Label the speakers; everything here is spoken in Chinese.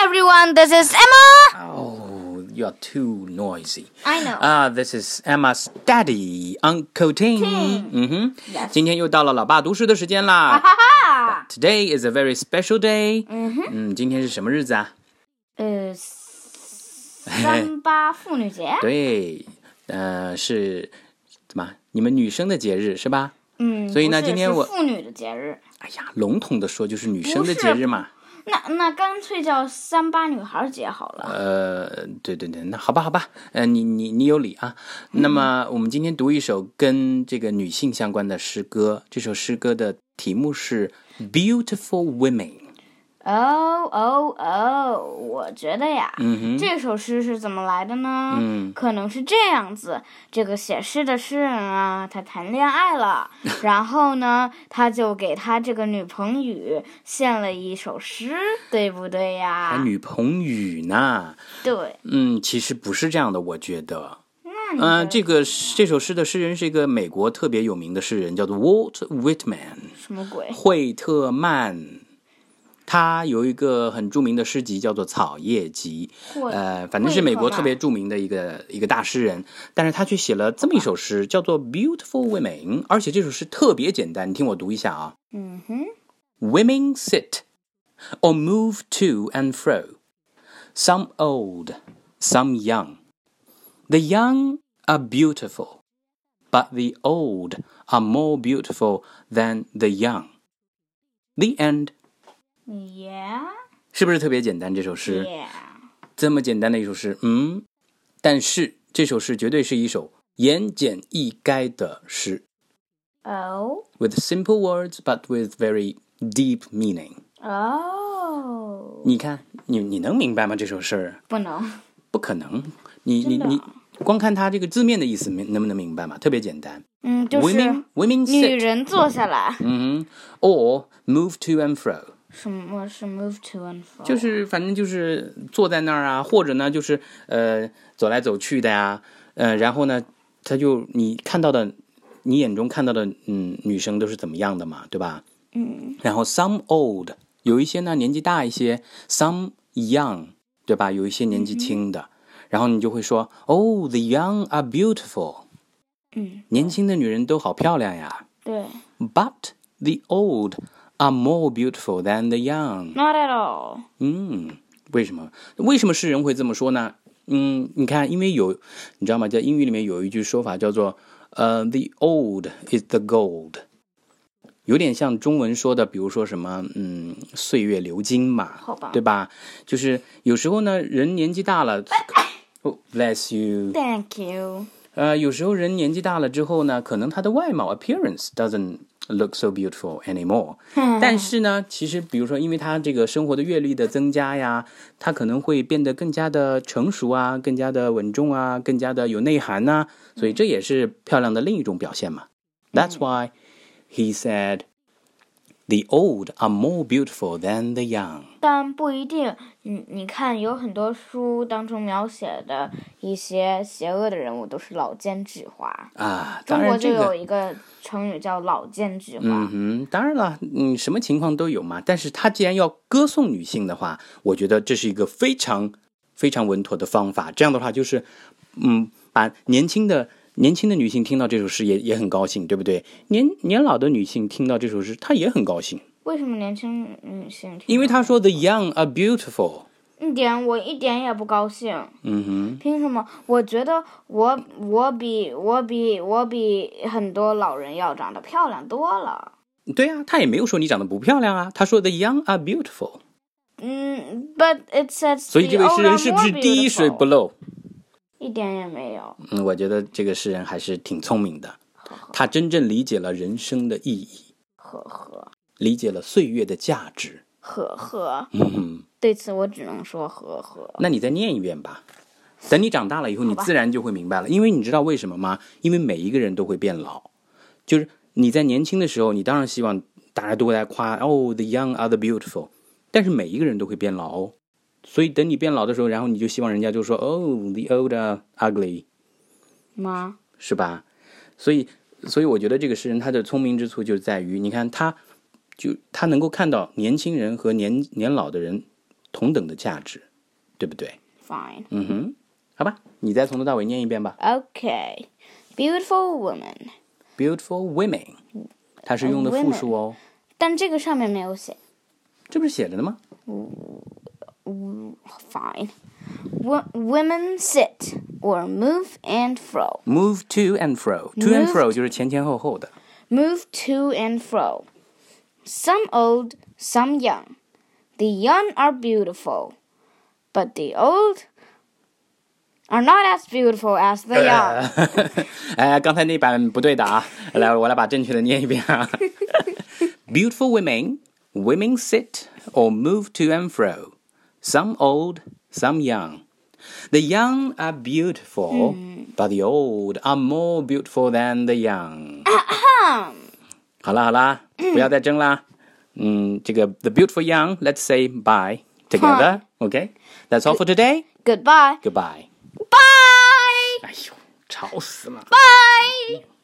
Speaker 1: everyone. This is Emma.
Speaker 2: Oh, you're too noisy.
Speaker 1: I know.
Speaker 2: 啊、t h i s is Emma's daddy, Uncle Tim. 嗯哼
Speaker 1: Yes. Uh-huh.
Speaker 2: 今天又到了老爸读诗的时间啦。
Speaker 1: 哈哈。
Speaker 2: Today is a very special day.
Speaker 1: Mm-hmm.
Speaker 2: 嗯哼，嗯，今天是什么日子啊？
Speaker 1: 呃， 三八妇女节。
Speaker 2: 对，呃，是怎么？你们女生的节日是吧？
Speaker 1: 嗯，
Speaker 2: 所以呢
Speaker 1: 不是
Speaker 2: 今天
Speaker 1: 是
Speaker 2: 我
Speaker 1: 妇女的节日，
Speaker 2: 哎呀，笼统的说就是女生的
Speaker 1: 不是
Speaker 2: 节日嘛。
Speaker 1: 那那干脆叫三八女孩节好了。
Speaker 2: 呃，对对对，那好吧，好吧，呃，你你你有理啊。那么我们今天读一首跟这个女性相关的诗歌，这首诗歌的题目是《Beautiful Women》。
Speaker 1: 哦哦哦，我觉得呀，
Speaker 2: 嗯哼，
Speaker 1: 这首诗是怎么来的呢？
Speaker 2: 嗯
Speaker 1: 可能是这样子：这个写诗的诗人啊，他谈恋爱 了，然后呢，他就给他这个女朋友献了一首诗，对不对
Speaker 2: 还
Speaker 1: 呀？
Speaker 2: 啊女朋友呢？
Speaker 1: 对，
Speaker 2: 嗯，其实不是这样的，我觉得。
Speaker 1: 那你
Speaker 2: 嗯、
Speaker 1: 觉
Speaker 2: 这个诗这首诗的诗人是一个美国特别有名的诗人，叫做 Walt Whitman。
Speaker 1: 得什么鬼？
Speaker 2: 惠特曼，他有一个很著名的诗集叫做《草叶集》，
Speaker 1: 或
Speaker 2: 呃，反正是美国特别著名的一个一个大诗人，但是他却写了这么一首诗，叫做《Beautiful Women》，而且这首诗特别简单，你听我读一下啊
Speaker 1: 嗯哼。
Speaker 2: ：Women sit or move to and fro, some old, some young. The young are beautiful, but the old are more beautiful than the young. The end，
Speaker 1: Yeah,
Speaker 2: 是不是特别简单？这首诗
Speaker 1: yeah.
Speaker 2: 这么简单的一首诗，嗯，但是这首诗绝对是一首言简意赅的诗
Speaker 1: Oh,
Speaker 2: ，with simple words but with very deep meaning。
Speaker 1: oh.
Speaker 2: 你看，你你能明白吗？这首诗
Speaker 1: 不能。
Speaker 2: 不可能，你
Speaker 1: 真
Speaker 2: 你
Speaker 1: 的啊
Speaker 2: 你光看它这个字面的意思，明能不能明白嘛？特别简单
Speaker 1: 嗯，就是
Speaker 2: ，women women
Speaker 1: 女
Speaker 2: sit，
Speaker 1: 人坐下来。
Speaker 2: 嗯哼，or move to and fro。
Speaker 1: 什么是 move to and fro？
Speaker 2: 就是反正就是坐在那儿啊，或者呢就是呃走来走去的呀、呃，然后呢，他就你看到的，你眼中看到的，嗯，女生都是怎么样的嘛，对吧？嗯。然后 some old 有一些呢年纪大一些，some young 对吧？有一些年纪轻的，然后你就会说，Oh, the young are beautiful，
Speaker 1: 嗯，
Speaker 2: 年轻的女人都好漂亮呀。
Speaker 1: 对
Speaker 2: But the old are more beautiful than the young。
Speaker 1: ，not at all。
Speaker 2: 嗯，为什么？为什么诗人会这么说呢？嗯，你看，因为有，你知道吗？在英语里面有一句说法叫做“呃、t h e old is the gold”，有点像中文说的，比如说什么，嗯，岁月流金嘛，
Speaker 1: 好吧
Speaker 2: 对吧？就是有时候呢，人年纪大了，哦、b l e s s you，
Speaker 1: Thank you。
Speaker 2: 呃，有时候人年纪大了之后呢，可能他的外貌 appearance doesn't look so beautiful anymore。但
Speaker 1: 哦
Speaker 2: 是呢，其实比如说，因为他这个生活的阅历的增加呀，他可能会变得更加的成熟啊，更加的稳重啊，更加的有内涵呐、所以这也是漂亮的另一种表现嘛。That's
Speaker 1: 嗯
Speaker 2: why he said. The old are more beautiful than the young。
Speaker 1: 但不一定，你你看，有很多书当中描写的一些邪恶的人物都是老奸巨猾。
Speaker 2: 啊，当
Speaker 1: 中国
Speaker 2: 然
Speaker 1: 就
Speaker 2: 这
Speaker 1: 有
Speaker 2: 个，
Speaker 1: 一个成语叫“老奸巨猾”
Speaker 2: 嗯哼，当然了，嗯，什么情况都有嘛。但是他既然要歌颂女性的话，我觉得这是一个非常非常稳妥的方法。这样的话，就是嗯，把年轻的年轻的女性听到这首诗也也很高兴，对不对？年年老的女性听到这首诗，她也很高兴，
Speaker 1: 为什么年轻女性听？
Speaker 2: 因为她说 “The young are beautiful”。
Speaker 1: 一点我一点也不高兴。
Speaker 2: 嗯哼，
Speaker 1: 凭什么？我觉得我我比我比我比很多老人要长得漂亮多了。
Speaker 2: 对啊，她也没有说你长得不漂亮啊，她说 “The young are beautiful”。
Speaker 1: 嗯，But Mm, it says
Speaker 2: 所以这位诗人是不是滴水不
Speaker 1: 漏？
Speaker 2: 漏？
Speaker 1: 一点也没有。
Speaker 2: 嗯，我觉得这个诗人还是挺聪明的，他真正理解了人生的意义，
Speaker 1: 呵呵
Speaker 2: 理解了岁月的价值。
Speaker 1: 呵呵，
Speaker 2: 嗯哼，
Speaker 1: 对此我只能说呵呵。
Speaker 2: 那你再念一遍吧。等你长大了以后，你自然就会明白了，因为你知道为什么吗？因为每一个人都会变老，就是你在年轻的时候，你当然希望大家都来夸哦，the young are the beautiful，但是每一个人都会变老哦，所以等你变老的时候，然后你就希望人家就说哦，the old are ugly，
Speaker 1: 妈，
Speaker 2: 是吧？所以，所以我觉得这个诗人他的聪明之处就在于，你看他，就他能够看到年轻人和年年老的人同等的价值，对不对？
Speaker 1: Fine.
Speaker 2: 嗯哼，好吧，你再从头到尾念一遍吧。
Speaker 1: Okay. Beautiful woman.
Speaker 2: Beautiful women，它是用的复数哦，
Speaker 1: 但这个上面没有写。
Speaker 2: 这不是写着的吗？
Speaker 1: Fine. Wo- women sit or move and fro.
Speaker 2: Move to and fro. To and
Speaker 1: Move
Speaker 2: fro 就是前前后后的。
Speaker 1: Move to and fro. Some old, some young. The young are beautiful, but the old are not as beautiful as the young.
Speaker 2: 哎，刚才那版不对的啊，来，我来把正确的念一遍啊。Beautiful women, women sit or move to and fro, some old, some young. The young are beautiful, but the old are more beautiful than the young. 好啦好啦，不要再争啦。嗯，这个 The beautiful young, let's say bye together. Okay, that's all for today.
Speaker 1: Goodbye.
Speaker 2: Goodbye.
Speaker 1: Bye.
Speaker 2: 哎呦，吵死了。
Speaker 1: Bye.